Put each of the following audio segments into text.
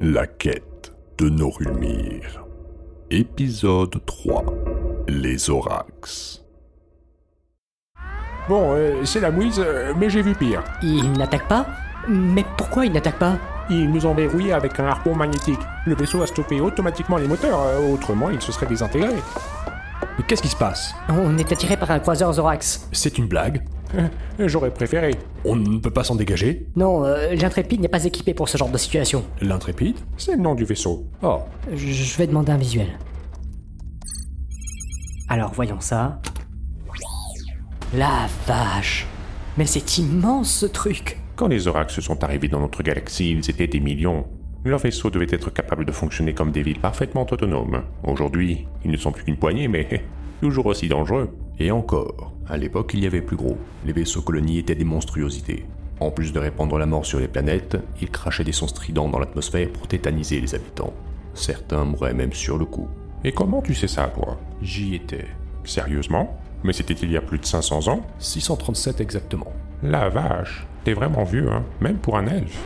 La quête de Norulmir. Épisode 3. Les Orax. Bon, euh, c'est la mouise, euh, mais j'ai vu pire. Il n'attaque pas Mais pourquoi il n'attaque pas Ils nous ont verrouillés avec un harpon magnétique. Le vaisseau a stoppé automatiquement les moteurs, euh, autrement il se serait désintégré. Mais qu'est-ce qui se passe On est attiré par un croiseur Zorax. C'est une blague Euh, J'aurais préféré. On ne peut pas s'en dégager Non, euh, l'intrépide n'est pas équipé pour ce genre de situation. L'intrépide C'est le nom du vaisseau. Oh, J- Je vais demander un visuel. Alors, voyons ça. La vache Mais c'est immense ce truc Quand les Orax sont arrivés dans notre galaxie, ils étaient des millions. Leur vaisseau devait être capable de fonctionner comme des villes parfaitement autonomes. Aujourd'hui, ils ne sont plus qu'une poignée, mais toujours aussi dangereux. Et encore, à l'époque il y avait plus gros. Les vaisseaux colonies étaient des monstruosités. En plus de répandre la mort sur les planètes, ils crachaient des sons stridents dans l'atmosphère pour tétaniser les habitants. Certains mouraient même sur le coup. Et comment tu sais ça, toi J'y étais. Sérieusement Mais c'était il y a plus de 500 ans 637 exactement. La vache T'es vraiment vieux, hein Même pour un elfe.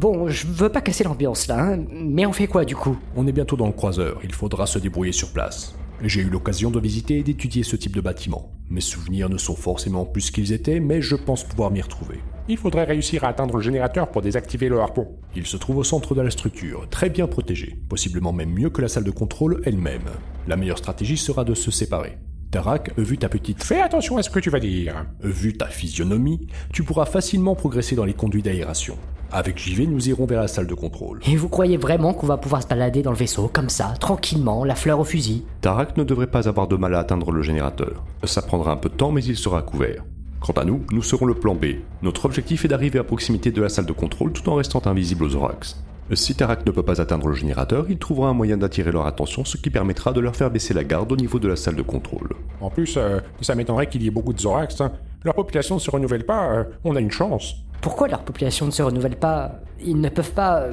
Bon, je veux pas casser l'ambiance là, hein, mais on fait quoi du coup On est bientôt dans le croiseur, il faudra se débrouiller sur place. J'ai eu l'occasion de visiter et d'étudier ce type de bâtiment. Mes souvenirs ne sont forcément plus ce qu'ils étaient, mais je pense pouvoir m'y retrouver. Il faudrait réussir à atteindre le générateur pour désactiver le harpon. Il se trouve au centre de la structure, très bien protégé, possiblement même mieux que la salle de contrôle elle-même. La meilleure stratégie sera de se séparer. Tarak, vu ta petite Fais attention à ce que tu vas dire. Vu ta physionomie, tu pourras facilement progresser dans les conduits d'aération. Avec JV, nous irons vers la salle de contrôle. Et vous croyez vraiment qu'on va pouvoir se balader dans le vaisseau comme ça, tranquillement, la fleur au fusil Tarak ne devrait pas avoir de mal à atteindre le générateur. Ça prendra un peu de temps mais il sera couvert. Quant à nous, nous serons le plan B. Notre objectif est d'arriver à proximité de la salle de contrôle tout en restant invisible aux Orax. Si Tarak ne peut pas atteindre le générateur, il trouvera un moyen d'attirer leur attention, ce qui permettra de leur faire baisser la garde au niveau de la salle de contrôle. En plus, euh, ça m'étonnerait qu'il y ait beaucoup de Zorax. hein. Leur population ne se renouvelle pas, euh, on a une chance. Pourquoi leur population ne se renouvelle pas Ils ne peuvent pas... euh,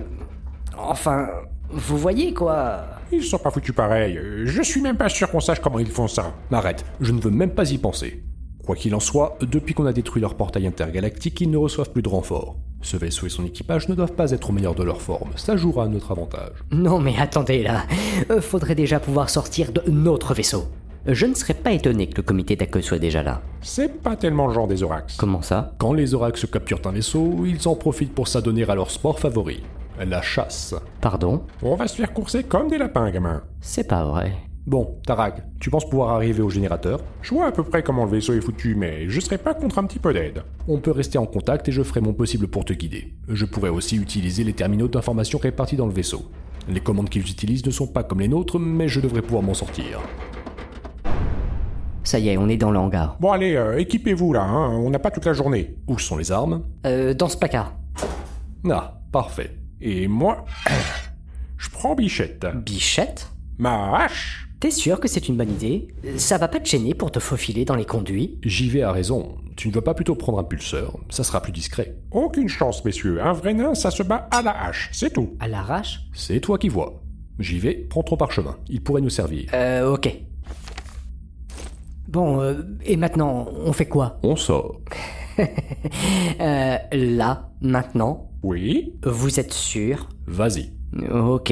Enfin, vous voyez quoi Ils sont pas foutus pareil. Euh, Je suis même pas sûr qu'on sache comment ils font ça. M'arrête, je ne veux même pas y penser. Quoi qu'il en soit, depuis qu'on a détruit leur portail intergalactique, ils ne reçoivent plus de renforts. Ce vaisseau et son équipage ne doivent pas être au meilleur de leur forme, ça jouera à notre avantage. Non mais attendez là, Euh, faudrait déjà pouvoir sortir de notre vaisseau. Euh, Je ne serais pas étonné que le comité d'accueil soit déjà là. C'est pas tellement le genre des Zorax. Comment ça Quand les Orax capturent un vaisseau, ils en profitent pour s'adonner à leur sport favori, la chasse. Pardon On va se faire courser comme des lapins, gamin. C'est pas vrai. Bon, Tarak, tu penses pouvoir arriver au générateur Je vois à peu près comment le vaisseau est foutu, mais je serais pas contre un petit peu d'aide. On peut rester en contact et je ferai mon possible pour te guider. Je pourrais aussi utiliser les terminaux d'information répartis dans le vaisseau. Les commandes qu'ils utilisent ne sont pas comme les nôtres, mais je devrais pouvoir m'en sortir. Ça y est, on est dans le hangar. Bon allez, euh, équipez-vous là, hein, on n'a pas toute la journée. Où sont les armes Euh, dans ce placard. Ah, parfait. Et moi, je prends Bichette. Bichette Ma hache T'es sûr que c'est une bonne idée Ça va pas te gêner pour te faufiler dans les conduits J'y vais à raison. Tu ne veux pas plutôt prendre un pulseur Ça sera plus discret. Aucune chance, messieurs. Un vrai nain, ça se bat à la hache, c'est tout. À l'arrache C'est toi qui vois. J'y vais, prends ton parchemin. Il pourrait nous servir. Euh, ok. Bon, euh, et maintenant, on fait quoi On sort. Euh, là, maintenant, Oui vous êtes sûr Vas-y. Ok.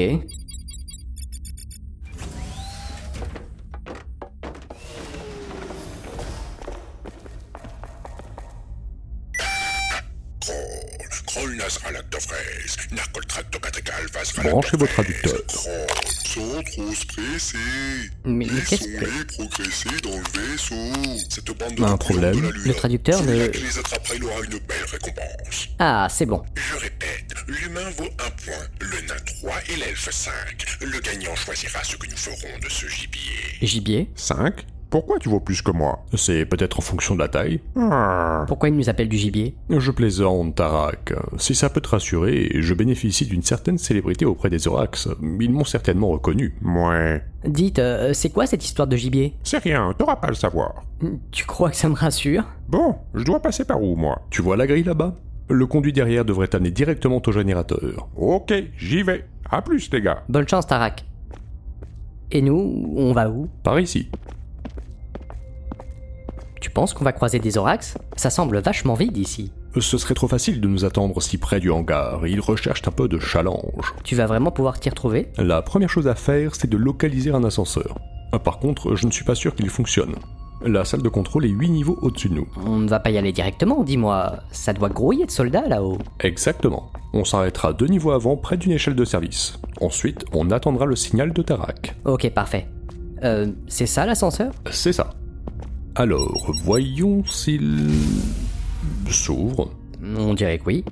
Branchez vos traducteurs. sont trop stressés. Mais, mais Ils qu'est-ce sont que... les progressés dans le vaisseau. Cette bande de Un truands problème. de la lueur. Le traducteur Celui ne- qui les attrapera, il aura une belle récompense. Ah, c'est bon. Je répète, l'humain vaut un point, le nain 3 et l'elfe 5. Le gagnant choisira ce que nous ferons de ce gibier. Gibier 5 Pourquoi tu vaux plus que moi C'est peut-être en fonction de la taille Pourquoi il nous appelle du gibier Je plaisante, Tarak. Si ça peut te rassurer, je bénéficie d'une certaine célébrité auprès des Orax. Ils m'ont certainement reconnu. Mouais. Dites, euh, c'est quoi cette histoire de gibier C'est rien, t'auras pas à le savoir. Tu crois que ça me rassure Bon, je dois passer par où, moi Tu vois la grille là-bas Le conduit derrière devrait t'amener directement au générateur. Ok, j'y vais. À plus, les gars. Bonne chance, Tarak. Et nous, on va où Par ici. Tu penses qu'on va croiser des orax Ça semble vachement vide ici. Ce serait trop facile de nous attendre si près du hangar, et ils recherchent un peu de challenge. Tu vas vraiment pouvoir t'y retrouver La première chose à faire, c'est de localiser un ascenseur. Euh, Par contre, je ne suis pas sûr qu'il fonctionne. La salle de contrôle est 8 niveaux au-dessus de nous. On ne va pas y aller directement, dis-moi. Ça doit grouiller de soldats là-haut. Exactement. On s'arrêtera deux niveaux avant près d'une échelle de service. Ensuite, on attendra le signal de Tarak. Ok, parfait. Euh, c'est ça l'ascenseur C'est ça. Alors, voyons s'il... s'ouvre. On dirait que oui.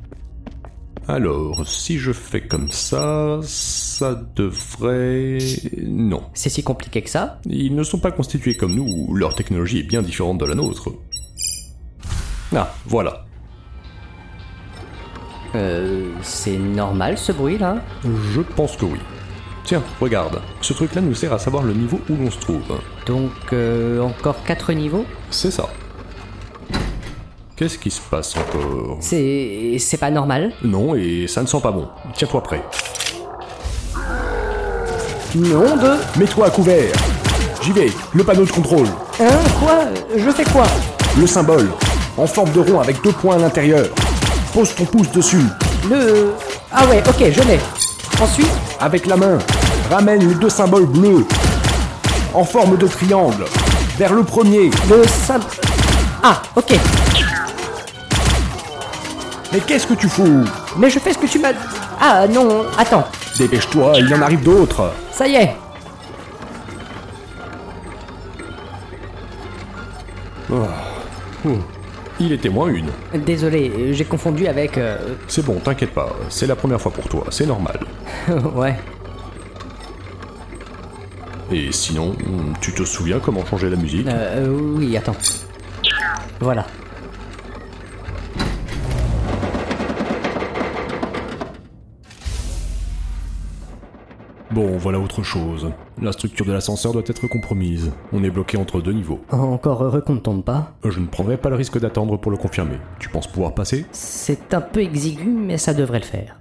Alors, si je fais comme ça, ça devrait... Non. C'est si compliqué que ça Ils ne sont pas constitués comme nous, leur technologie est bien différente de la nôtre. Ah, voilà. Euh, c'est normal ce bruit là Je pense que oui. Tiens, regarde, ce truc-là nous sert à savoir le niveau où l'on se trouve. Donc euh, encore quatre niveaux C'est ça. Qu'est-ce qui se passe encore C'est c'est pas normal Non, et ça ne sent pas bon. Tiens-toi prêt. Non de Mets-toi à couvert J'y vais, le panneau de contrôle, Hein Quoi Je fais quoi le symbole, en forme de rond avec deux points à l'intérieur. Pose ton pouce dessus, Le Ah ouais, ok, je l'ai. Ensuite, avec la main. Ramène les deux symboles bleus, en forme de triangle, vers le premier. le simple Ah, ok. Mais qu'est-ce que tu fous Mais je fais ce que tu m'as Ah non, attends. Dépêche-toi, Ah, il en arrive d'autres. Ça y est. Il était moins une. Désolé, j'ai confondu avec euh, C'est bon, t'inquiète pas, c'est la première fois pour toi, c'est normal. ouais. Et sinon, tu te souviens comment changer la musique Euh, oui, attends. Voilà. Bon, voilà autre chose. La structure de l'ascenseur doit être compromise. On est bloqué entre deux niveaux. Encore heureux qu'on ne tombe pas. Je ne prendrai pas le risque d'attendre pour le confirmer. Tu penses pouvoir passer C'est un peu exigu, mais ça devrait le faire.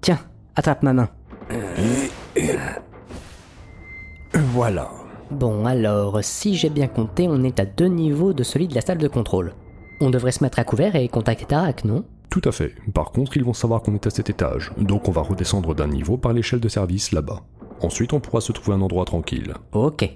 Tiens, attrape ma main. Voilà. Bon, alors, si j'ai bien compté, on est à deux niveaux de celui de la salle de contrôle. On devrait se mettre à couvert et contacter Tarak, non Tout à fait. Par contre, ils vont savoir qu'on est à cet étage, donc on va redescendre d'un niveau par l'échelle de service là-bas. Ensuite, on pourra se trouver un endroit tranquille. Ok.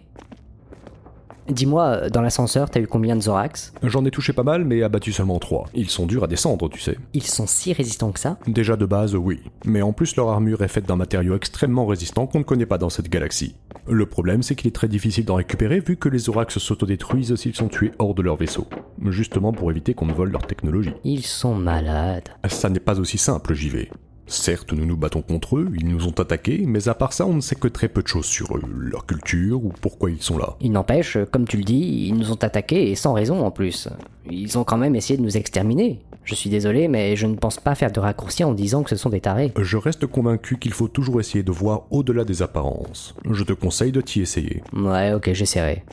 Dis-moi, euh, dans l'ascenseur, t'as eu combien de Zorax J'en ai touché pas mal, mais abattu seulement trois. Ils sont durs à descendre, tu sais. Ils sont si résistants que ça Déjà de base, oui. Mais en plus, leur armure est faite d'un matériau extrêmement résistant qu'on ne connaît pas dans cette galaxie. Le problème, c'est qu'il est très difficile d'en récupérer vu que les Orax s'autodétruisent s'ils sont tués hors de leur vaisseau. Justement pour éviter qu'on ne vole leur technologie. Ils sont malades. Ça n'est pas aussi simple, j'y vais. Certes, nous nous battons contre eux, ils nous ont attaqués, mais à part ça, on ne sait que très peu de choses sur eux, leur culture ou pourquoi ils sont là. Il n'empêche, euh, comme tu le dis, ils nous ont attaqués et sans raison en plus. Ils ont quand même essayé de nous exterminer. Je suis désolé, mais je ne pense pas faire de raccourci en disant que ce sont des tarés. Je reste convaincu qu'il faut toujours essayer de voir au-delà des apparences. Je te conseille de t'y essayer. Ouais, ok, j'essaierai.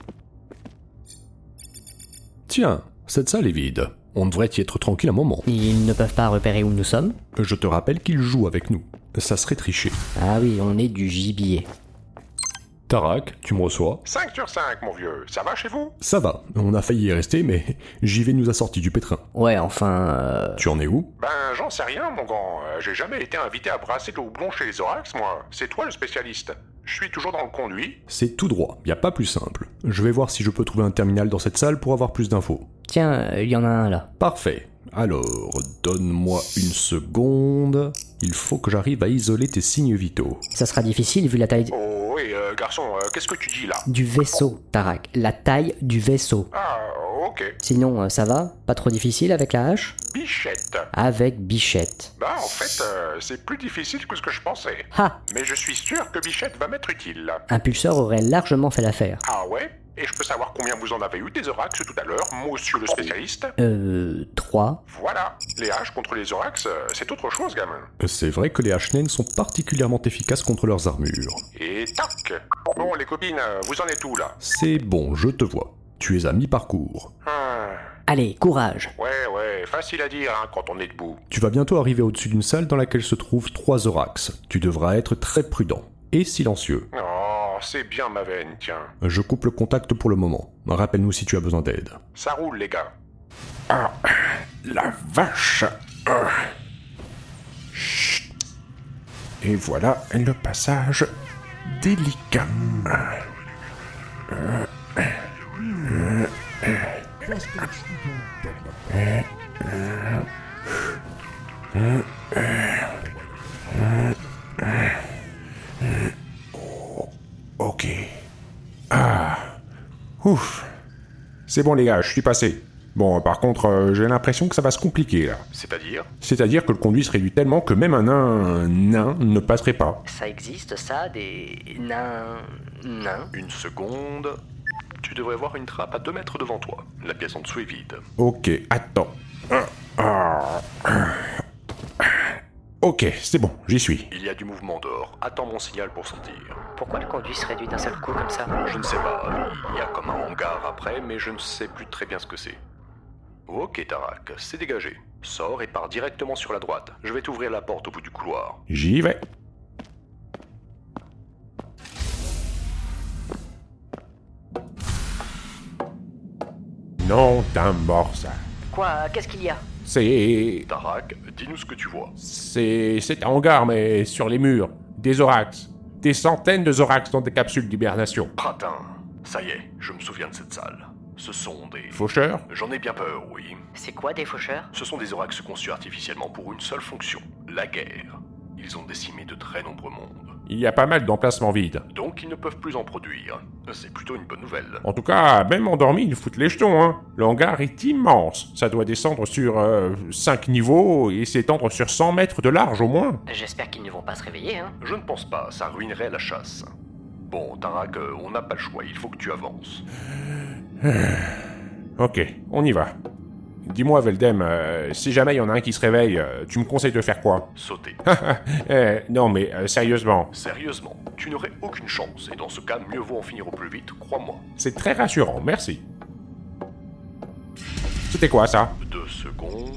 Tiens, cette salle est vide. On devrait y être tranquille un moment. Ils ne peuvent pas repérer où nous sommes Je te rappelle qu'il joue avec nous. Ça serait tricher. Ah oui, on est du gibier. Tarak, tu me reçois 5 sur 5, mon vieux. Ça va chez vous Ça va, on a failli y rester, mais j'y vais nous a sorti du pétrin. Ouais, enfin... euh, Tu en es où Ben, j'en sais rien, mon grand. Euh, J'ai jamais été invité à brasser de houblon chez les Orax, moi. C'est toi le spécialiste. Je suis toujours dans le conduit. C'est tout droit, y a pas plus simple. Je vais voir si je peux trouver un terminal dans cette salle pour avoir plus d'infos. Tiens, il y en a un là. Parfait. Alors, donne-moi une seconde. Il faut que j'arrive à isoler tes signes vitaux. Ça sera difficile vu la taille... Oh, et euh, garçon, euh, qu'est-ce que tu dis là Du vaisseau, Tarak. La taille du vaisseau. Ah, ok. Sinon, euh, ça va Pas trop difficile avec la hache Bichette. Avec Bichette. Bah, en fait, euh, c'est plus difficile que ce que je pensais. Ha Mais je suis sûr que Bichette va m'être utile. Impulseur aurait largement fait l'affaire. Ah ouais Et je peux savoir combien vous en avez eu des Orax tout à l'heure, monsieur le spécialiste Euh... 3 Voilà. Les haches contre les Orax, euh, c'est autre chose, gamin. C'est vrai que les HNN sont particulièrement efficaces contre leurs armures. Et tac Bon, les copines, euh, vous en êtes où là C'est bon, je te vois. Tu es à mi-parcours. Hum, Allez, courage Ouais, ouais, facile à dire hein, quand on est debout. Tu vas bientôt arriver au-dessus d'une salle dans laquelle se trouvent trois Zorax. Tu devras être très prudent et silencieux. Oh, c'est bien ma veine, tiens. Je coupe le contact pour le moment. Rappelle-nous si tu as besoin d'aide. Ça roule, les gars. Ah, La vache Ah. Chut. Et voilà le passage délicat. Ok. Ah. Ouf. C'est bon, les gars, je suis passé. Bon, par contre, euh, j'ai l'impression que ça va se compliquer, là. C'est-à-dire C'est-à-dire que le conduit se réduit tellement que même un nain, un nain ne passerait pas. Ça existe, ça, des nains. nains Une seconde. Tu devrais voir une trappe à 2 mètres devant toi. La pièce en dessous est vide. Ok, attends. Ah, ah, ah. Ok, c'est bon, j'y suis. Il y a du mouvement dehors. Attends mon signal pour sortir. Pourquoi le conduit se réduit d'un seul coup comme ça Je ne sais pas. Il y a comme un hangar après, mais je ne sais plus très bien ce que c'est. Ok, Tarak, c'est dégagé. Sors et pars directement sur la droite. Je vais t'ouvrir la porte au bout du couloir. J'y vais. Non, d'un mort, ça. Quoi Qu'est-ce qu'il y a C'est. Tarak, dis-nous ce que tu vois. C'est. C'est un hangar, mais sur les murs. Des orax. Des centaines de zorax dans des capsules d'hibernation. Pratin, ça y est, je me souviens de cette salle. Ce sont des... Faucheur J'en ai bien peur, oui. C'est quoi des faucheurs Ce sont des oraxes conçus artificiellement pour une seule fonction, la guerre. Ils ont décimé de très nombreux mondes. Il y a pas mal d'emplacements vides. Donc ils ne peuvent plus en produire. C'est plutôt une bonne nouvelle. En tout cas, même endormi, ils foutent les jetons, hein. Le hangar est immense. Ça doit descendre sur 5 niveaux et s'étendre sur 100 mètres de large au moins. J'espère qu'ils ne vont pas se réveiller, hein. Je ne pense pas, ça ruinerait la chasse. Bon, Tarak, euh, on n'a pas le choix, il faut que tu avances. Ok, on y va. Dis-moi, Veldem, euh, si jamais il y en a un qui se réveille, euh, tu me conseilles de faire quoi Sauter. Eh, Non, mais euh, sérieusement, Sérieusement, tu n'aurais aucune chance, et dans ce cas, mieux vaut en finir au plus vite, crois-moi. c'est très rassurant, merci. C'était quoi ça Deux secondes.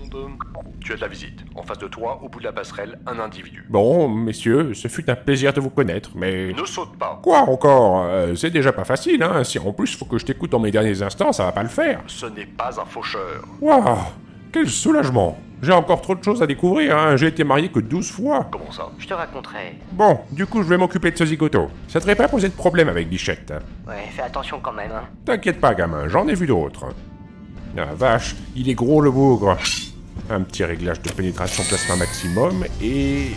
Tu as de la visite. En face de toi, au bout de la passerelle, un individu. Bon, messieurs, ce fut un plaisir de vous connaître, mais... Ne saute pas. Quoi encore Euh, C'est déjà pas facile, hein Si en plus faut que je t'écoute dans mes derniers instants, ça va pas le faire. Ce n'est pas un faucheur. Waouh Quel soulagement J'ai encore trop de choses à découvrir, hein J'ai été marié que 12 fois Comment ça Je te raconterai. Bon, du coup, je vais m'occuper de ce zigoto. Ça devrait pas poser de problème avec Bichette. Ouais, fais attention quand même, hein. T'inquiète pas, gamin, j'en ai vu d'autres. Ah, vache, il est gros le bougre. Un petit réglage de pénétration plasma maximum et...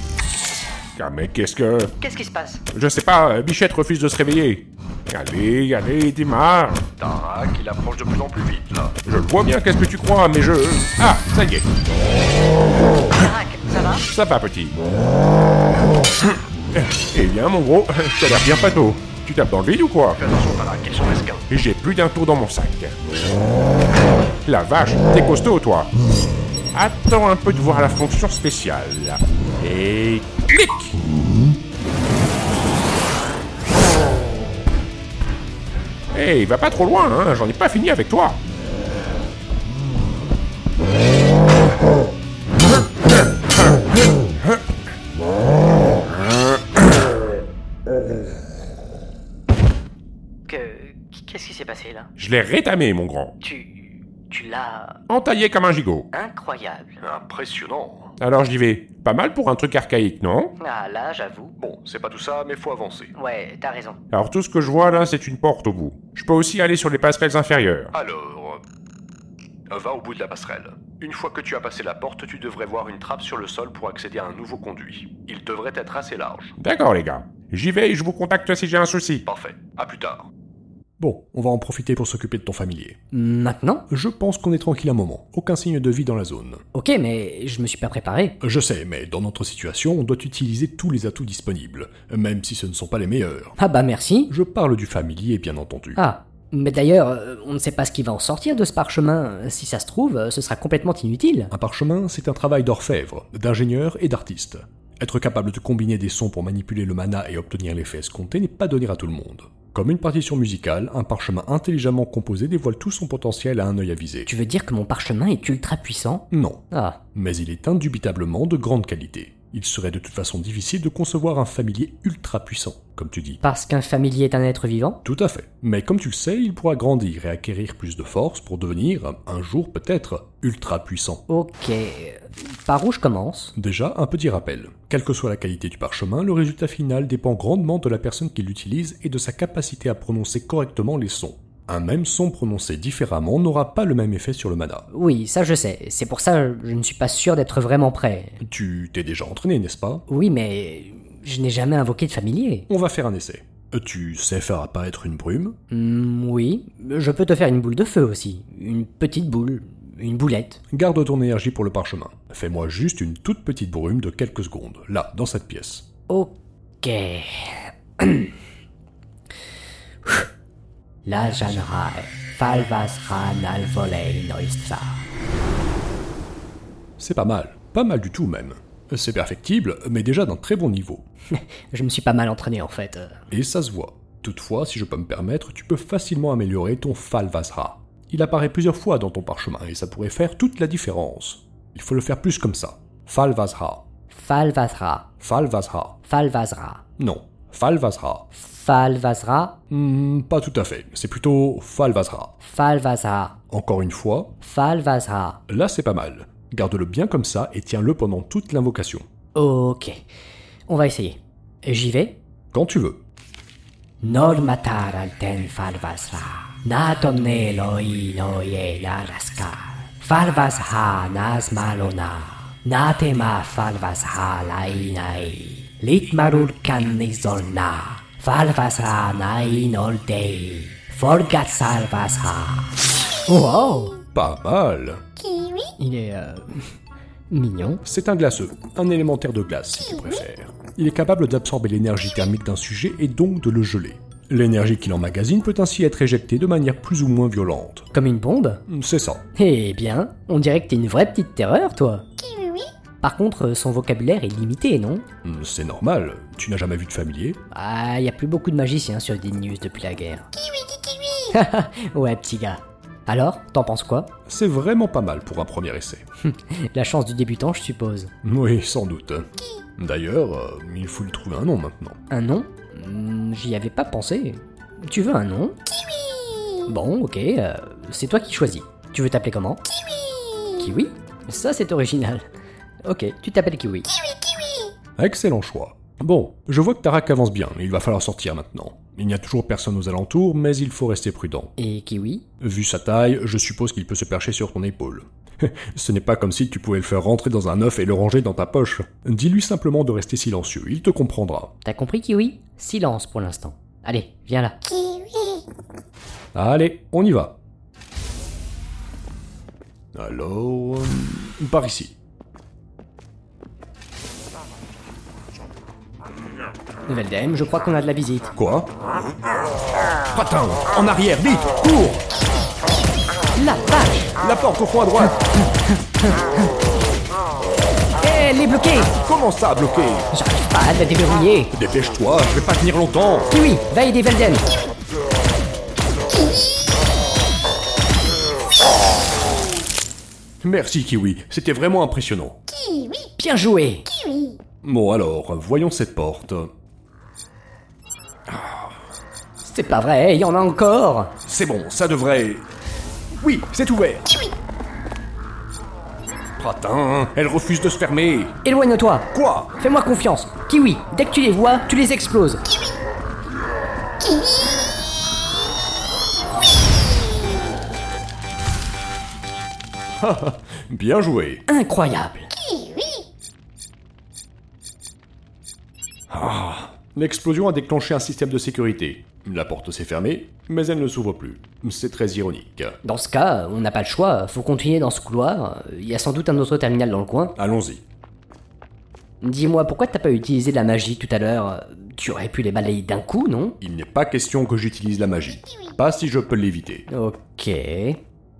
Ah mais qu'est-ce que... Qu'est-ce qui se passe Je sais pas, euh, Bichette refuse de se réveiller. Allez, allez, démarre Tarak, il approche de plus en plus vite, là. Je le vois bien, qu'est-ce que tu crois, mais je... Ah, ça y est, Tarak, ça va ça va petit. Eh bien mon gros, t'as l'air bien pâteau. Tu tapes dans le vide ou quoi Fais attention, Tarak, ils sont mesquins. Et J'ai plus d'un tour dans mon sac. La vache, t'es costaud, toi. Attends un peu de voir la fonction spéciale. Et clic Eh, il va pas trop loin, hein, j'en ai pas fini avec toi. Que. Qu'est-ce qui s'est passé là Je l'ai rétamé, mon grand. Tu. Tu l'as. Entaillé comme un gigot. incroyable. Impressionnant. Alors j'y vais. Pas mal pour un truc archaïque, non Ah là, j'avoue. Bon, c'est pas tout ça, mais faut avancer. Ouais, t'as raison. Alors tout ce que je vois là, c'est une porte au bout. Je peux aussi aller sur les passerelles inférieures. Alors... euh, Va au bout de la passerelle. Une fois que tu as passé la porte, tu devrais voir une trappe sur le sol pour accéder à un nouveau conduit. Il devrait être assez large. D'accord, les gars. J'y vais et je vous contacte si j'ai un souci. Parfait. À plus tard. Bon, on va en profiter pour s'occuper de ton familier. Maintenant Je pense qu'on est tranquille un moment. Aucun signe de vie dans la zone. Ok, mais je me suis pas préparé. Je sais, mais dans notre situation, on doit utiliser tous les atouts disponibles, même si ce ne sont pas les meilleurs. Ah bah merci. Je parle du familier, bien entendu. Ah. Mais d'ailleurs, euh, on ne sait pas ce qui va en sortir de ce parchemin. Si ça se trouve, euh, ce sera complètement inutile. Un parchemin, c'est un travail d'orfèvre, d'ingénieur et d'artiste. Être capable de combiner des sons pour manipuler le mana et obtenir l'effet escompté n'est pas donné à tout le monde. Comme une partition musicale, un parchemin intelligemment composé dévoile tout son potentiel à un œil avisé. Tu veux dire que mon parchemin est ultra puissant Non, Ah, mais il est indubitablement de grande qualité. Il serait de toute façon difficile de concevoir un familier ultra puissant, comme tu dis. Parce qu'un familier est un être vivant Tout à fait. Mais comme tu le sais, il pourra grandir et acquérir plus de force pour devenir, un jour peut-être, ultra puissant. Ok. euh, Par où je commence Déjà, un petit rappel. Quelle que soit la qualité du parchemin, le résultat final dépend grandement de la personne qui l'utilise et de sa capacité à prononcer correctement les sons. Un même son prononcé différemment n'aura pas le même effet sur le mana. Oui, ça je sais. C'est pour ça je ne suis pas sûr d'être vraiment prêt. Tu t'es déjà entraîné, n'est-ce pas Oui, mais je n'ai jamais invoqué de familier. On va faire un essai. Euh, Tu sais faire apparaître une brume Hmm, oui, je peux te faire une boule de feu aussi. Une petite boule. Une boulette. Garde ton énergie pour le parchemin. Fais-moi juste une toute petite brume de quelques secondes, là, dans cette pièce. Ok. La Janrae, Falvas Ran Alvolei Noistvar. C'est pas mal. Pas mal du tout même. C'est perfectible, mais déjà d'un très bon niveau. Je me suis pas mal entraîné en fait. euh. Et ça se voit. Toutefois, si je peux me permettre, tu peux facilement améliorer ton Falvasra. Il apparaît plusieurs fois dans ton parchemin et ça pourrait faire toute la différence. Il faut le faire plus comme ça. Falvasra. Falvasra, Falvasra. Falvasra, Non. Falvasra. Falvasra, Hmm, pas tout à fait. C'est plutôt Falvasra. Falvasra, Encore une fois, Falvasra. là c'est pas mal. Garde-le bien comme ça et tiens-le pendant toute l'invocation. Ok. On va essayer. J'y vais Quand tu veux. Normatar alten falvasra. Natomne loi noye laraska. Falvasha nasmalona. Natema falvasha lainai. Litmarul kanizolna. Falvasra nainoldei. Forgat salvasha. Oh, Wow Pas mal. Il est... euh, mignon. C'est un glaceux, un élémentaire de glace si tu préfères. Il est capable d'absorber l'énergie thermique d'un sujet et donc de le geler. L'énergie qu'il emmagasine peut ainsi être éjectée de manière plus ou moins violente. Comme une bombe C'est ça. Eh bien, on dirait que t'es une vraie petite terreur, toi. Par contre, euh, son vocabulaire est limité, non C'est normal, tu n'as jamais vu de familier. Ah, y a plus beaucoup de magiciens sur News depuis la guerre. ouais, petit gars. Alors, t'en penses quoi C'est vraiment pas mal pour un premier essai. La chance du débutant, je suppose. Oui, sans doute. D'ailleurs, euh, il faut lui trouver un nom maintenant. Un nom Hmm, J'y avais pas pensé. Tu veux un nom Bon, ok, euh, c'est toi qui choisis. Tu veux t'appeler comment Kiwi Ça, c'est original. Ok, tu t'appelles Kiwi. Excellent choix. Bon, je vois que Tarak avance bien, il va falloir sortir maintenant. Il n'y a toujours personne aux alentours, mais il faut rester prudent. Et Kiwi Vu sa taille, je suppose qu'il peut se percher sur ton épaule. Ce n'est pas comme si tu pouvais le faire rentrer dans un œuf et le ranger dans ta poche. Dis-lui simplement de rester silencieux, il te comprendra. T'as compris, Kiwi Silence pour l'instant. Allez, viens là. Allez, on y va. Alors... euh, Par ici. Veldem, je crois qu'on a de la visite. Quoi Patin En arrière, vite Cours La vache La porte au fond à droite Elle est bloquée Comment ça, bloqué Eh, J'arrive pas à la déverrouiller Dépêche-toi, je vais pas tenir longtemps Kiwi, va aider Velden Merci, Kiwi, c'était vraiment impressionnant. Bien joué Bon alors, voyons cette porte. C'est pas vrai, il y en a encore C'est bon, ça devrait... Oui, c'est ouvert Pratin, elle refuse de se fermer Éloigne-toi Quoi Fais-moi confiance Kiwi, dès que tu les vois, tu les exploses Bien joué Incroyable L'explosion a déclenché un système de sécurité. La porte s'est fermée, mais elle ne s'ouvre plus. C'est très ironique. Dans ce cas, on n'a pas le choix, faut continuer dans ce couloir, il y a sans doute un autre terminal dans le coin. Allons-y. Dis-moi, pourquoi t'as pas utilisé de la magie tout à l'heure Tu aurais pu les balayer d'un coup, non Il n'est pas question que j'utilise la magie. Pas si je peux l'éviter. Ok...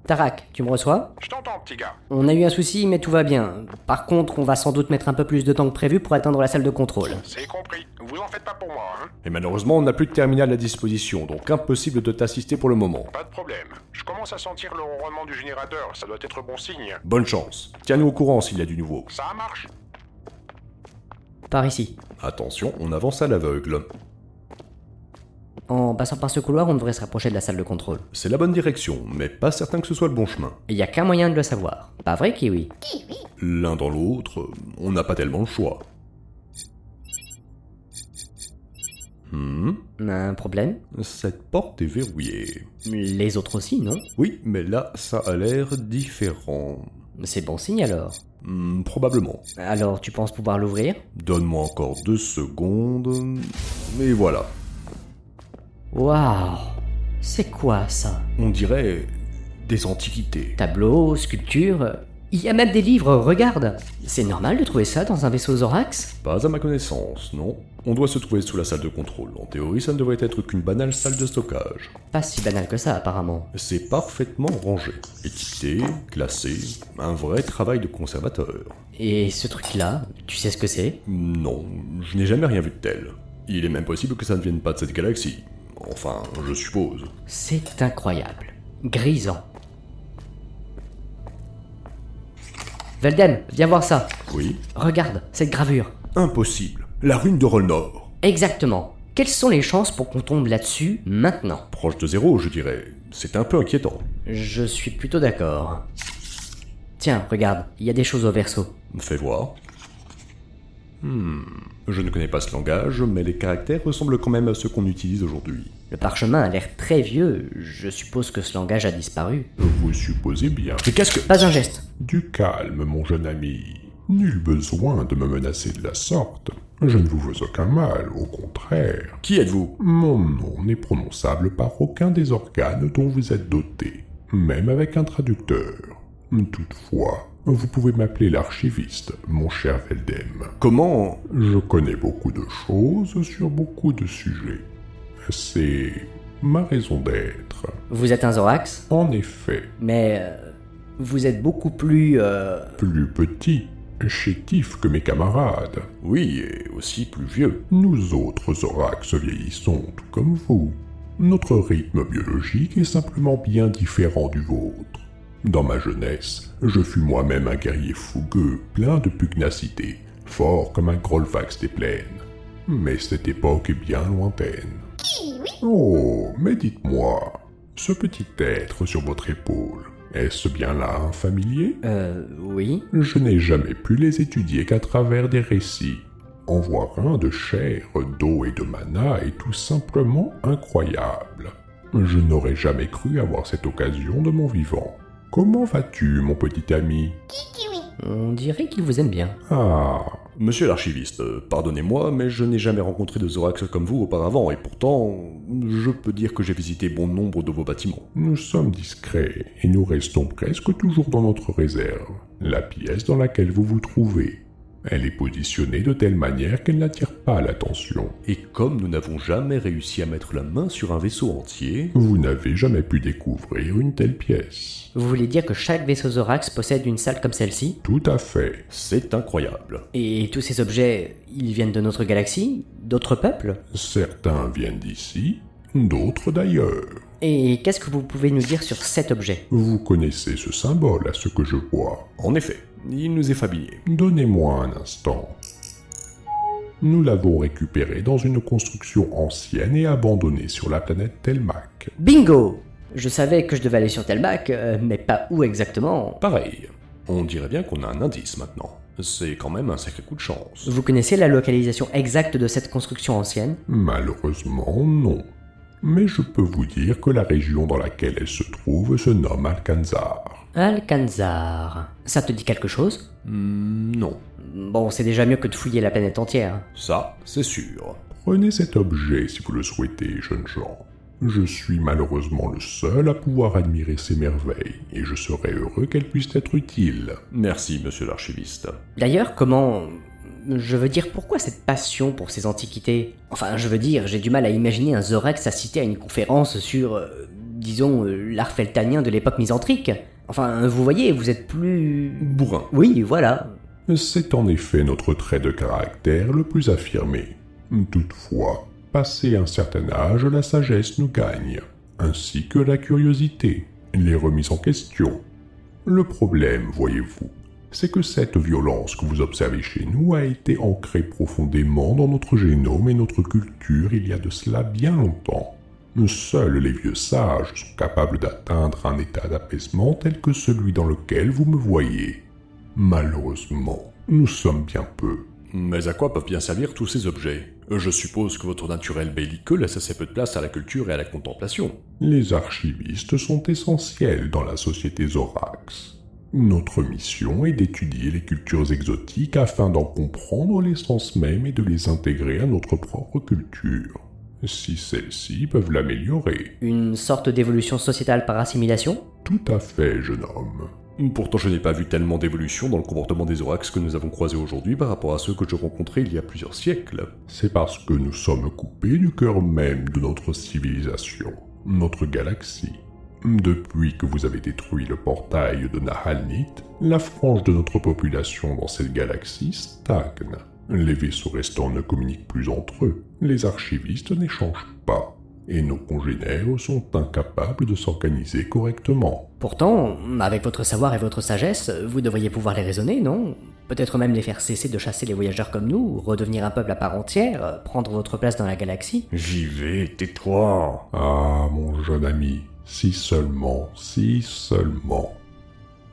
Tarak, tu me reçois Je t'entends, petit gars. On a eu un souci, mais tout va bien. Par contre, on va sans doute mettre un peu plus de temps que prévu pour atteindre la salle de contrôle. C'est compris. Vous en faites pas pour moi, hein Et malheureusement, on n'a plus de terminal à disposition, donc impossible de t'assister pour le moment. Pas de problème. Je commence à sentir le ronronnement du générateur. Ça doit être bon signe. Bonne chance. Tiens-nous au courant s'il y a du nouveau. Ça marche Par ici. Attention, on avance à l'aveugle. En passant par ce couloir, on devrait se rapprocher de la salle de contrôle. C'est la bonne direction, mais pas certain que ce soit le bon chemin. Il y a qu'un moyen de le savoir. Pas vrai, Kiwi L'un dans l'autre, on n'a pas tellement le choix. Hmm, Un problème cette porte est verrouillée. Les autres aussi, non Oui, mais là, ça a l'air différent. C'est bon signe alors. Hmm, probablement. Alors, tu penses pouvoir l'ouvrir Donne-moi encore deux secondes. Et voilà. Waouh C'est quoi ça On dirait des antiquités. Tableaux, sculptures euh, Il y a même des livres, regarde C'est normal de trouver ça dans un vaisseau Zorax Pas à ma connaissance, non. On doit se trouver sous la salle de contrôle. En théorie, ça ne devrait être qu'une banale salle de stockage. Pas si banal que ça, apparemment. C'est parfaitement rangé, étiqueté, classé, un vrai travail de conservateur. Et ce truc-là, tu sais ce que c'est Non, je n'ai jamais rien vu de tel. Il est même possible que ça ne vienne pas de cette galaxie. Enfin, je suppose. C'est incroyable. Grisant. Velden, viens voir ça. Oui Regarde, cette gravure. Impossible. La rune de Rolnor. Exactement. Quelles sont les chances pour qu'on tombe là-dessus maintenant Proche de zéro, je dirais. C'est un peu inquiétant. Je suis plutôt d'accord. Tiens, regarde, il y a des choses au verso. Fais voir. Hmm. Je ne connais pas ce langage, mais les caractères ressemblent quand même à ceux qu'on utilise aujourd'hui. Le parchemin a l'air très vieux, je suppose que ce langage a disparu. Vous supposez bien. Mais qu'est-ce que. Pas un geste. Du calme, mon jeune ami. Nul besoin de me menacer de la sorte. Je ne vous veux aucun mal, au contraire. Qui êtes-vous Mon nom n'est prononçable par aucun des organes dont vous êtes doté, même avec un traducteur. Toutefois, vous pouvez m'appeler l'archiviste, mon cher Veldem. Comment Je connais beaucoup de choses sur beaucoup de sujets. C'est ma raison d'être. Vous êtes un Zorax, En effet, mais euh, vous êtes beaucoup plus... euh, plus petit, chétif que mes camarades, Oui, et aussi plus vieux. nous autres orax vieillissons tout comme vous. Notre rythme biologique est simplement bien différent du vôtre. Dans ma jeunesse, je fus moi-même un guerrier fougueux, plein de pugnacité, fort comme un Grolvax des plaines. Mais cette époque est bien lointaine. Oh, mais dites-moi, ce petit être sur votre épaule, est-ce bien là un familier euh, oui. je n'ai jamais pu les étudier qu'à travers des récits. En voir un de chair, d'eau et de mana est tout simplement incroyable. Je n'aurais jamais cru avoir cette occasion de mon vivant. Comment vas-tu, mon petit ami On dirait qu'il vous aime bien. Ah, Monsieur l'archiviste, euh, pardonnez-moi, mais je n'ai jamais rencontré de Zorax comme vous auparavant, et pourtant, je peux dire que j'ai visité bon nombre de vos bâtiments. nous sommes discrets et nous restons presque toujours dans notre réserve, la pièce dans laquelle vous vous trouvez. Elle est positionnée de telle manière qu'elle n'attire pas l'attention. Et comme nous n'avons jamais réussi à mettre la main sur un vaisseau entier, Vous n'avez jamais pu découvrir une telle pièce. Vous voulez dire que chaque vaisseau Zorax possède une salle comme celle-ci Tout à fait. c'est incroyable. Et tous ces objets, ils viennent de notre galaxie D'autres peuples Certains viennent d'ici, d'autres d'ailleurs. Et qu'est-ce que vous pouvez nous dire sur cet objet Vous connaissez ce symbole à ce que je vois. En effet, il nous est familier. Donnez-moi un instant. Nous l'avons récupéré dans une construction ancienne et abandonnée sur la planète Telmac. Bingo Je savais que je devais aller sur Telmac, euh, mais pas où exactement. Pareil, on dirait bien qu'on a un indice maintenant. C'est quand même un sacré coup de chance. Vous connaissez la localisation exacte de cette construction ancienne Malheureusement, non. Mais je peux vous dire que la région dans laquelle elle se trouve se nomme Alcanzar. Alcanzar. Ça te dit quelque chose Hmm, non, Bon, c'est déjà mieux que de fouiller la planète entière. ça, c'est sûr. Prenez cet objet si vous le souhaitez, jeunes gens. Je suis malheureusement le seul à pouvoir admirer ces merveilles, et je serais heureux qu'elles puissent être utiles. Merci, monsieur l'archiviste. D'ailleurs, comment... Je veux dire, pourquoi cette passion pour ces antiquités Enfin, je veux dire, j'ai du mal à imaginer un Zorax assisté à une conférence sur, euh, disons, euh, l'art feltanien de l'époque misanthrique. Enfin, vous voyez, vous êtes plus... Bourrin. Oui, voilà. C'est en effet notre trait de caractère le plus affirmé. Toutefois, passé un certain âge, la sagesse nous gagne, ainsi que la curiosité, les remises en question. Le problème, voyez-vous, c'est que cette violence que vous observez chez nous a été ancrée profondément dans notre génome et notre culture il y a de cela bien longtemps. Seuls les vieux sages sont capables d'atteindre un état d'apaisement tel que celui dans lequel vous me voyez. Malheureusement, nous sommes bien peu. Mais à quoi peuvent bien servir tous ces objets Je suppose que votre naturel belliqueux laisse assez peu de place à la culture et à la contemplation. Les archivistes sont essentiels dans la société Zorax. Notre mission est d'étudier les cultures exotiques afin d'en comprendre l'essence même et de les intégrer à notre propre culture, si celles-ci peuvent l'améliorer. Une sorte d'évolution sociétale par assimilation Tout à fait, jeune homme. Pourtant, je n'ai pas vu tellement d'évolution dans le comportement des orax que nous avons croisés aujourd'hui par rapport à ceux que je rencontrais il y a plusieurs siècles. C'est parce que nous sommes coupés du cœur même de notre civilisation, notre galaxie. Depuis que vous avez détruit le portail de Nahalnit, la frange de notre population dans cette galaxie stagne. Les vaisseaux restants ne communiquent plus entre eux, les archivistes n'échangent pas, et nos congénères sont incapables de s'organiser correctement. Pourtant, avec votre savoir et votre sagesse, vous devriez pouvoir les raisonner, non Peut-être même les faire cesser de chasser les voyageurs comme nous, redevenir un peuple à part entière, euh, prendre votre place dans la galaxie. J'y vais, tais-toi. Ah, mon jeune ami, si seulement, si seulement.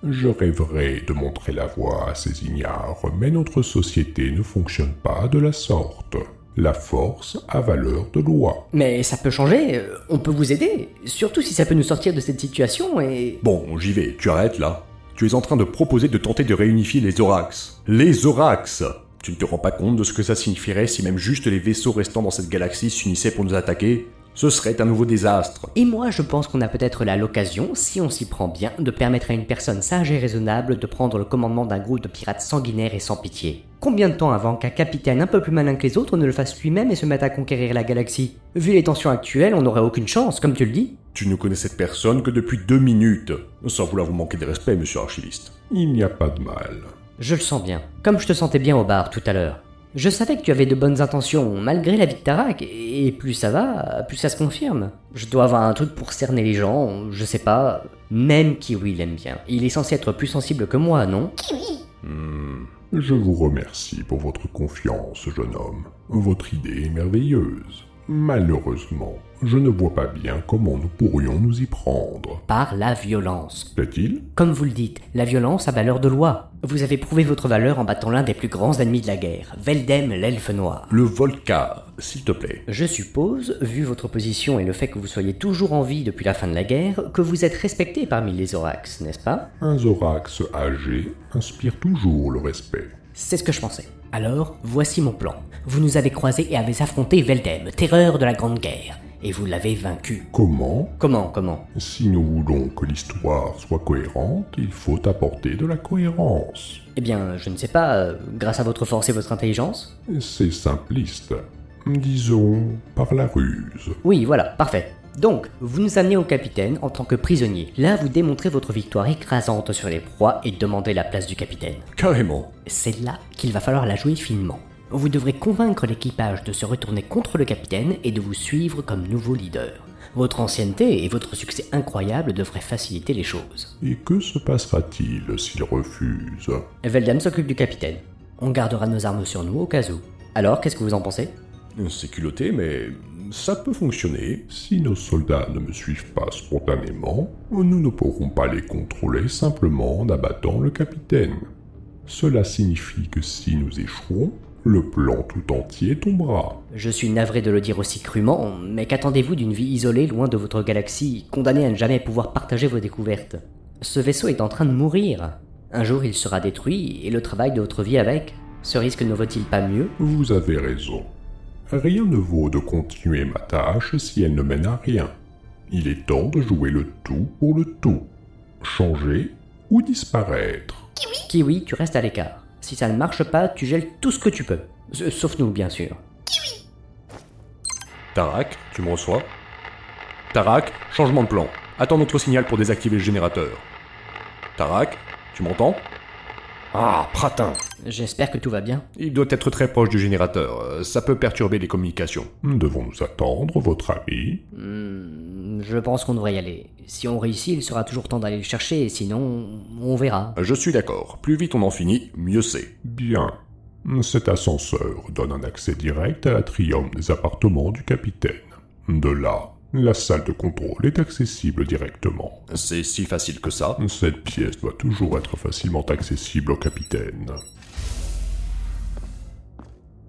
Je rêverais de montrer la voie à ces ignares, mais notre société ne fonctionne pas de la sorte. La force a valeur de loi. Mais ça peut changer, euh, on peut vous aider, surtout si ça peut nous sortir de cette situation et... Bon, j'y vais, tu arrêtes là. Tu es en train de proposer de tenter de réunifier les Orax. Les Orax Tu ne te rends pas compte de ce que ça signifierait si même juste les vaisseaux restants dans cette galaxie s'unissaient pour nous attaquer Ce serait un nouveau désastre. Et moi, je pense qu'on a peut-être là l'occasion, si on s'y prend bien, de permettre à une personne sage et raisonnable de prendre le commandement d'un groupe de pirates sanguinaires et sans pitié. Combien de temps avant qu'un capitaine un peu plus malin que les autres ne le fasse lui-même et se mette à conquérir la galaxie Vu les tensions actuelles, on n'aurait aucune chance, comme tu le dis. Tu ne connais cette personne que depuis deux minutes. Sans vouloir vous manquer de respect, monsieur Archiviste. Il n'y a pas de mal. Je le sens bien. Comme je te sentais bien au bar tout à l'heure. Je savais que tu avais de bonnes intentions, malgré la vie de Tarak, et plus ça va, plus ça se confirme. Je dois avoir un truc pour cerner les gens, je sais pas. Même Kiwi l'aime bien. Il est censé être plus sensible que moi, non Je vous remercie pour votre confiance, jeune homme. Votre idée est merveilleuse. Malheureusement, je ne vois pas bien comment nous pourrions nous y prendre. Par la violence. Plaît-il Comme vous le dites, la violence a valeur de loi. Vous avez prouvé votre valeur en battant l'un des plus grands ennemis de la guerre, Veldem l'elfe noir. Le Volca, s'il te plaît. Je suppose, vu votre position et le fait que vous soyez toujours en vie depuis la fin de la guerre, que vous êtes respecté parmi les Orax, n'est-ce pas Un Zorax âgé inspire toujours le respect. C'est ce que je pensais. Alors, voici mon plan. Vous nous avez croisés et avez affronté Veldem, terreur de la Grande Guerre, et vous l'avez vaincu. Comment Comment, comment Si nous voulons que l'histoire soit cohérente, il faut apporter de la cohérence. Eh bien, je ne sais pas, euh, grâce à votre force et votre intelligence C'est simpliste. Disons, par la ruse. Oui, voilà, parfait. Donc, vous nous amenez au capitaine en tant que prisonnier. Là, vous démontrez votre victoire écrasante sur les proies et demandez la place du capitaine. Carrément. C'est là qu'il va falloir la jouer finement. Vous devrez convaincre l'équipage de se retourner contre le capitaine et de vous suivre comme nouveau leader. Votre ancienneté et votre succès incroyable devraient faciliter les choses. Et que se passera-t-il s'il refuse Veldam s'occupe du capitaine. On gardera nos armes sur nous au cas où. Alors, qu'est-ce que vous en pensez C'est culotté, mais ça peut fonctionner. Si nos soldats ne me suivent pas spontanément, nous ne pourrons pas les contrôler simplement en abattant le capitaine. Cela signifie que si nous échouons, le plan tout entier tombera. Je suis navré de le dire aussi crûment, mais qu'attendez-vous d'une vie isolée loin de votre galaxie, condamnée à ne jamais pouvoir partager vos découvertes Ce vaisseau est en train de mourir. Un jour il sera détruit, et le travail de votre vie avec Ce risque ne vaut-il pas mieux Vous avez raison. Rien ne vaut de continuer ma tâche si elle ne mène à rien. Il est temps de jouer le tout pour le tout. Changer ou disparaître. Kiwi, tu restes à l'écart. Si ça ne marche pas, tu gèles tout ce que tu peux. S- Sauf nous, bien sûr. Tarak, tu me reçois Tarak, changement de plan. Attends notre signal pour désactiver le générateur. Tarak, tu m'entends Ah, pratin. J'espère que tout va bien. Il doit être très proche du générateur. euh, Ça peut perturber les communications. Devons-nous attendre votre ami Hmm, Je pense qu'on devrait y aller. Si on réussit, il sera toujours temps d'aller le chercher, sinon, on verra. Je suis d'accord, plus vite on en finit, mieux c'est. Bien. Cet ascenseur donne un accès direct à l'atrium des appartements du capitaine. De là, la salle de contrôle est accessible directement. C'est si facile que ça. Cette pièce doit toujours être facilement accessible au capitaine.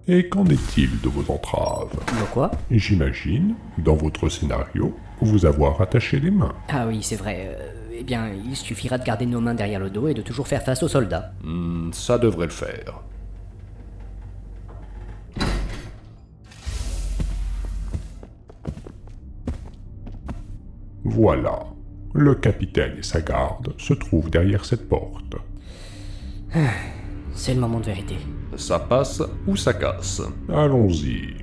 Et qu'en est-il de vos entraves De quoi J'imagine, dans votre scénario, vous avoir attaché les mains. Ah oui, c'est vrai. euh, eh bien, il suffira de garder nos mains derrière le dos et de toujours faire face aux soldats. Hmm, ça devrait le faire. Voilà. Le capitaine et sa garde se trouvent derrière cette porte. C'est le moment de vérité. Ça passe ou ça casse Allons-y.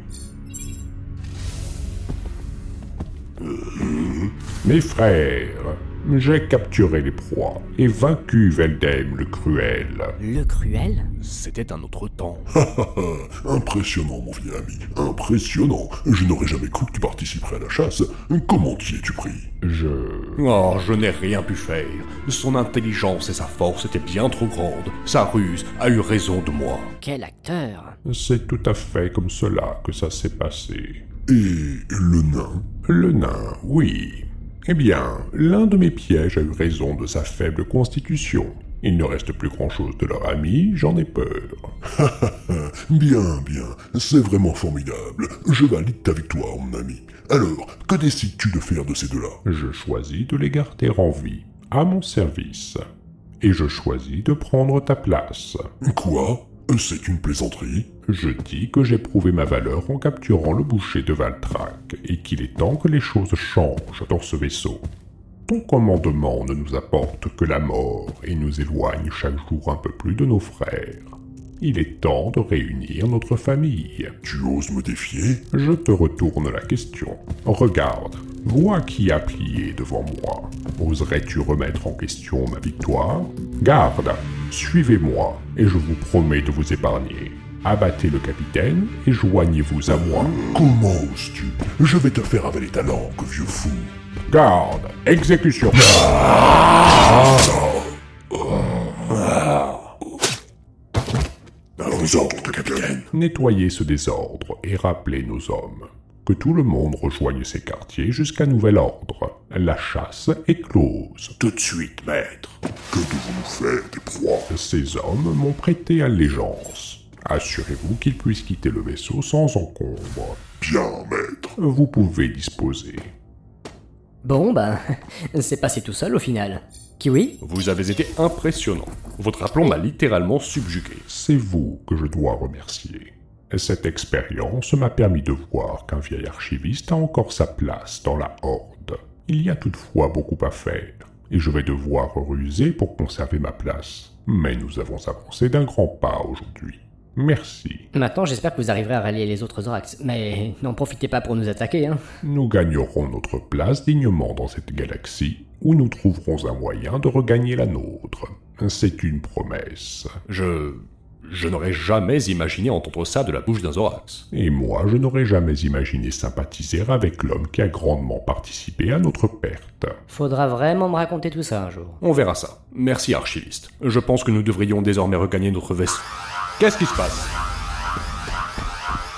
Mes frères, j'ai capturé les proies et vaincu Veldem le cruel. Le cruel C'était un autre temps. Impressionnant, mon vieil ami, impressionnant. Je n'aurais jamais cru que tu participerais à la chasse. Comment t'y es-tu pris Je... Oh, je n'ai rien pu faire. Son intelligence et sa force étaient bien trop grandes. Sa ruse a eu raison de moi. Quel acteur C'est tout à fait comme cela que ça s'est passé. Et le nain Le nain, oui. Eh bien, l'un de mes pièges a eu raison de sa faible constitution. Il ne reste plus grand-chose de leur ami, j'en ai peur. Bien, bien, c'est vraiment formidable. Je valide ta victoire, mon ami. Alors, que décides-tu de faire de ces deux-là Je choisis de les garder en vie, à mon service. Et je choisis de prendre ta place. Quoi C'est une plaisanterie Je dis que j'ai prouvé ma valeur en capturant le boucher de Valtrac, et qu'il est temps que les choses changent dans ce vaisseau. Ton commandement ne nous apporte que la mort et nous éloigne chaque jour un peu plus de nos frères. Il est temps de réunir notre famille. Tu oses me défier Je te retourne la question. Regarde, vois qui a plié devant moi. Oserais-tu remettre en question ma victoire Garde, suivez-moi, et je vous promets de vous épargner. Abattez le capitaine et joignez-vous à moi. Comment oses-tu Je vais te faire avaler ta langue, vieux fou. Garde, exécution Aux ordres, capitaine. Nettoyez ce désordre et rappelez nos hommes. Que tout le monde rejoigne ses quartiers jusqu'à nouvel ordre. La chasse est close. Tout de suite, maître. Que devons-nous faire des proies Ces hommes m'ont prêté allégeance. Assurez-vous qu'ils puissent quitter le vaisseau sans encombre. Bien, maître. Vous pouvez disposer. Bon, ben, c'est passé tout seul au final. Kiwi Vous avez été impressionnant. Votre aplomb m'a littéralement subjugué. C'est vous que je dois remercier. Cette expérience m'a permis de voir qu'un vieil archiviste a encore sa place dans la Horde. Il y a toutefois beaucoup à faire, et je vais devoir ruser pour conserver ma place. Mais nous avons avancé d'un grand pas aujourd'hui. Merci. Maintenant, j'espère que vous arriverez à rallier les autres Zorax. Mais n'en profitez pas pour nous attaquer, hein. Nous gagnerons notre place dignement dans cette galaxie, où nous trouverons un moyen de regagner la nôtre. C'est une promesse. Je... Je n'aurais jamais imaginé entendre ça de la bouche d'un Zorax. Et moi, je n'aurais jamais imaginé sympathiser avec l'homme qui a grandement participé à notre perte. Faudra vraiment me raconter tout ça un jour. On verra ça. Merci, archiviste. Je pense que nous devrions désormais regagner notre vaisseau. Qu'est-ce qui se passe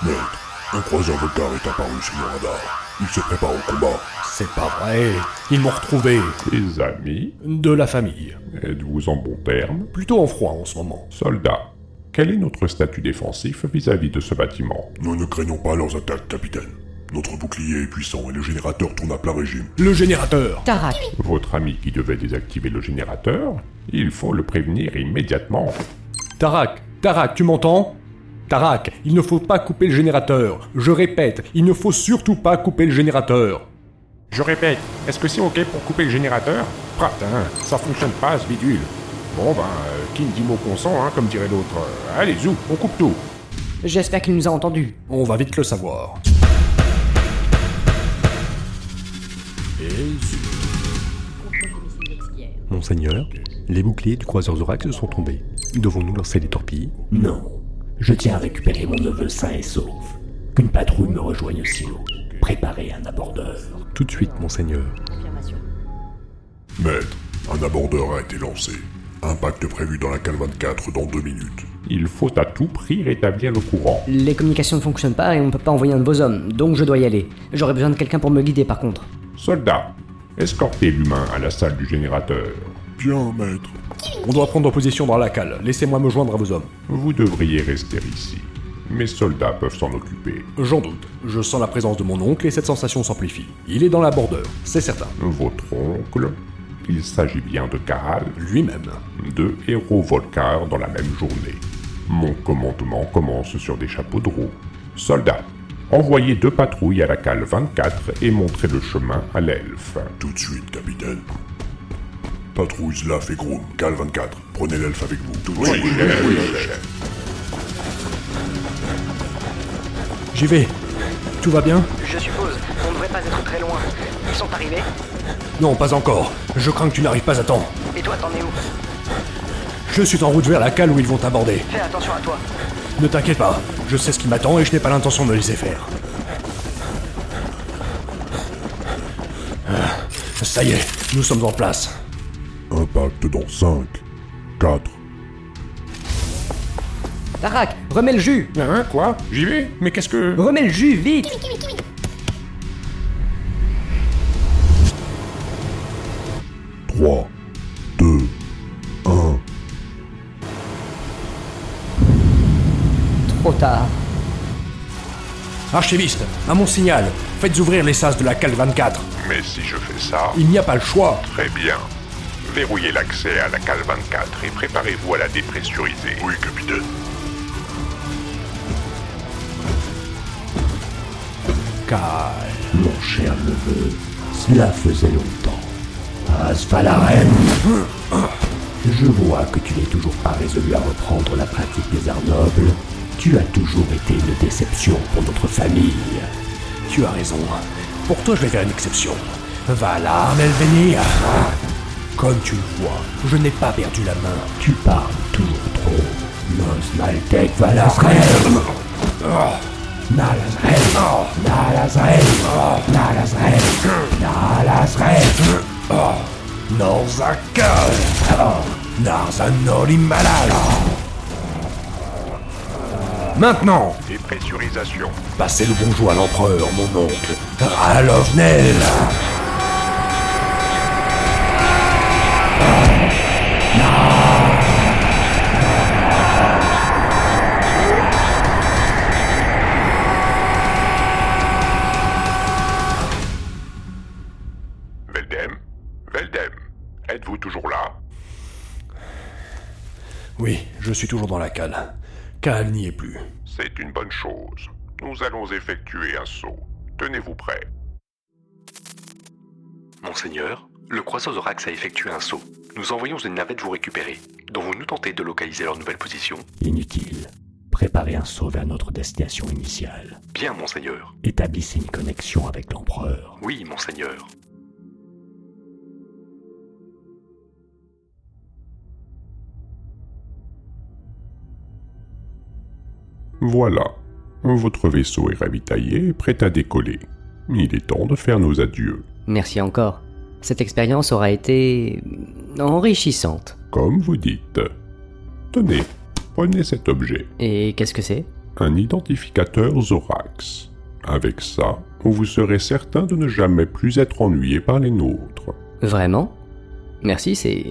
Maître, un croiseur Voltaire est apparu sur le radar. Il se prépare au combat. C'est pas vrai. Ils m'ont retrouvé. Les amis, De la famille. êtes-vous en bon terme Plutôt en froid en ce moment. Soldats, quel est notre statut défensif vis-à-vis de ce bâtiment Nous ne craignons pas leurs attaques, capitaine. Notre bouclier est puissant et le générateur tourne à plein régime. Le générateur Tarak Votre ami qui devait désactiver le générateur Il faut le prévenir immédiatement. Tarak Tarak, tu m'entends Tarak, il ne faut pas couper le générateur. Je répète, il ne faut surtout pas couper le générateur. Je répète, est-ce que c'est OK pour couper le générateur Pratin, ça fonctionne pas ce bidule. Bon ben, euh, qui ne dit mot consent, hein, comme dirait l'autre. Euh, allez, zou, on coupe tout. J'espère qu'il nous a entendus. On va vite le savoir. Et zut. Monseigneur, les boucliers du croiseur Zorax sont tombés. Devons-nous lancer des torpilles Non, je tiens à récupérer mon neveu sain et sauf. Qu'une patrouille me rejoigne au silo. Préparez un abordeur. Tout de suite, monseigneur. Confirmation. Maître, un abordeur a été lancé. Impact prévu dans la cale 24 dans deux minutes. Il faut à tout prix rétablir le courant. Les communications ne fonctionnent pas et on ne peut pas envoyer un de vos hommes, donc je dois y aller. J'aurais besoin de quelqu'un pour me guider par contre. Soldats, escortez l'humain à la salle du générateur. Bien, maître. On doit prendre position dans la cale. Laissez-moi me joindre à vos hommes. Vous devriez rester ici. Mes soldats peuvent s'en occuper. J'en doute. Je sens la présence de mon oncle et cette sensation s'amplifie. Il est dans la bordeur, c'est certain. Votre oncle, il s'agit bien de Caral, Lui-même. deux héros Volcar dans la même journée. Mon commandement commence sur des chapeaux de roue. Soldats, envoyez deux patrouilles à la cale 24 et montrez le chemin à l'elfe. Tout de suite, capitaine. Patrouille Slav et Groom, Cal 24. Prenez l'elfe avec vous. Tout de suite. J'y vais. Tout va bien Je suppose, on ne devrait pas être très loin. Ils sont arrivés Non, pas encore. Je crains que tu n'arrives pas à temps. Et toi, t'en es où Je suis en route vers la cale où ils vont t'aborder. Fais attention à toi. Ne t'inquiète pas, je sais ce qui m'attend et je n'ai pas l'intention de me laisser faire. Ah, Ça y est, nous sommes en place. Impact dans 5, 4, Tarak, remets le jus Hein, quoi J'y vais Mais qu'est-ce que... Remets le jus, vite Trois, deux, un. Trop tard. Archiviste, à mon signal, faites ouvrir les sas de la cale 24. Mais si je fais ça, Il n'y a pas le choix. très bien. Verrouillez l'accès à la cale 24 et préparez-vous à la dépressuriser. Oui, capitaine. Mon cher neveu, cela faisait longtemps. Asfalarem Je vois que tu n'es toujours pas résolu à reprendre la pratique des arts nobles. Tu as toujours été une déception pour notre famille. Tu as raison. Pour toi, je vais faire une exception. Va là, Melvenia. Comme tu le vois, je n'ai pas perdu la main. Tu parles toujours trop. Nos Maltec Valarem Nalazrel Nalazrel Nalazrel Nalazrel Norzakal Narzanorimalal Maintenant Dépressurisation. Passez le bonjour à l'empereur, mon oncle. Ralovnel Veldem Veldem Êtes-vous toujours là Oui, je suis toujours dans la cale. Cal n'y est plus. C'est une bonne chose. Nous allons effectuer un saut. Tenez-vous prêts. Monseigneur, le Croisothorax a effectué un saut. Nous envoyons une navette vous récupérer, dont vous nous tentez de localiser leur nouvelle position. Inutile. Préparez un saut vers notre destination initiale. Bien, Monseigneur. Établissez une connexion avec l'empereur. Oui, Monseigneur. Voilà. Votre vaisseau est ravitaillé et prêt à décoller. Il est temps de faire nos adieux. Merci encore. Cette expérience aura été enrichissante. Comme vous dites. Tenez, prenez cet objet, Et qu'est-ce que c'est un identificateur Zorax. Avec ça, vous serez certain de ne jamais plus être ennuyé par les nôtres. Vraiment Merci, c'est...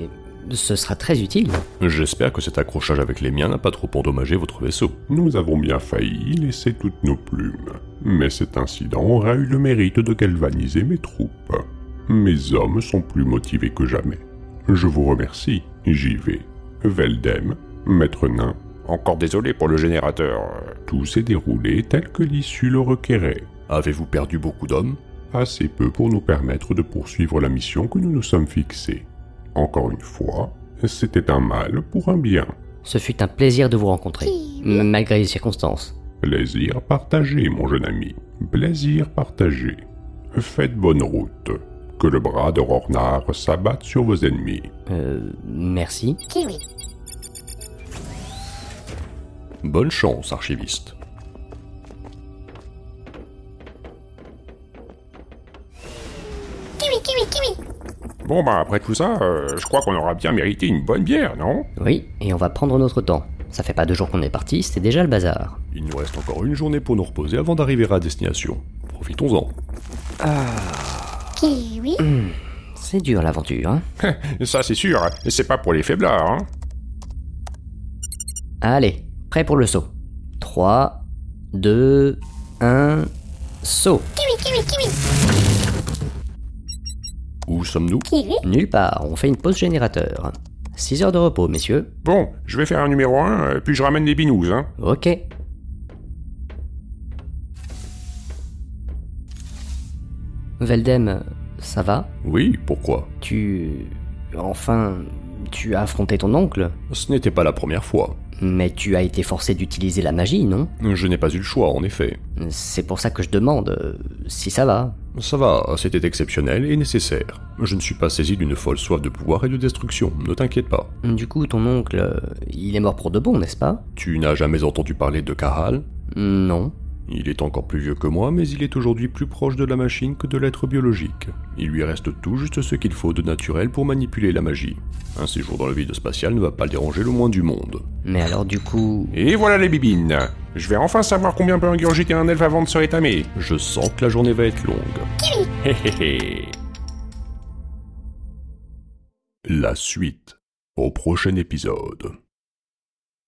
Ce sera très utile. J'espère que cet accrochage avec les miens n'a pas trop endommagé votre vaisseau. Nous avons bien failli laisser toutes nos plumes, mais cet incident aura eu le mérite de galvaniser mes troupes. Mes hommes sont plus motivés que jamais. Je vous remercie, j'y vais. Veldem, Maître Nain, Encore désolé pour le générateur. euh, tout s'est déroulé tel que l'issue le requérait, Avez-vous perdu beaucoup d'hommes assez peu pour nous permettre de poursuivre la mission que nous nous sommes fixée. Encore une fois, c'était un mal pour un bien. Ce fut un plaisir de vous rencontrer, m- malgré les circonstances. Plaisir partagé, mon jeune ami. Plaisir partagé. Faites bonne route. Que le bras de Rornard s'abatte sur vos ennemis. Euh, merci. Kiwi. Bonne chance, archiviste. bon, bah après tout ça, euh, je crois qu'on aura bien mérité une bonne bière, non Oui, et on va prendre notre temps. Ça fait pas deux jours qu'on est parti, c'est déjà le bazar. Il nous reste encore une journée pour nous reposer avant d'arriver à destination. Profitons-en. Kiwi Hum, C'est dur l'aventure, hein Ça, c'est sûr, c'est pas pour les faiblards, hein Allez, prêt pour le saut. 3, 2, 1, saut. Kiwi, kiwi, kiwi Où sommes-nous Kiwi Nulle part, on fait une pause générateur. 6 heures de repos, messieurs. Bon, je vais faire un numéro 1, puis je ramène des binous, hein Ok. Veldem, ça va Oui, pourquoi Tu... Enfin, tu as affronté ton oncle, Ce n'était pas la première fois. mais tu as été forcé d'utiliser la magie, non Je n'ai pas eu le choix, en effet. C'est pour ça que je demande euh, si ça va. Ça va, c'était exceptionnel et nécessaire. Je ne suis pas saisi d'une folle soif de pouvoir et de destruction, ne t'inquiète pas. Du coup, ton oncle, euh, il est mort pour de bon, n'est-ce pas Tu n'as jamais entendu parler de Kahal Non. Il est encore plus vieux que moi, mais il est aujourd'hui plus proche de la machine que de l'être biologique. Il lui reste tout juste ce qu'il faut de naturel pour manipuler la magie. Un séjour dans le vide spatial ne va pas le déranger le moins du monde. Mais alors du coup... Et voilà les bibines Je vais enfin savoir combien peut ingurgiter un elfe avant de se rétamer Je sens que la journée va être longue. Hé hé hé. La suite au prochain épisode.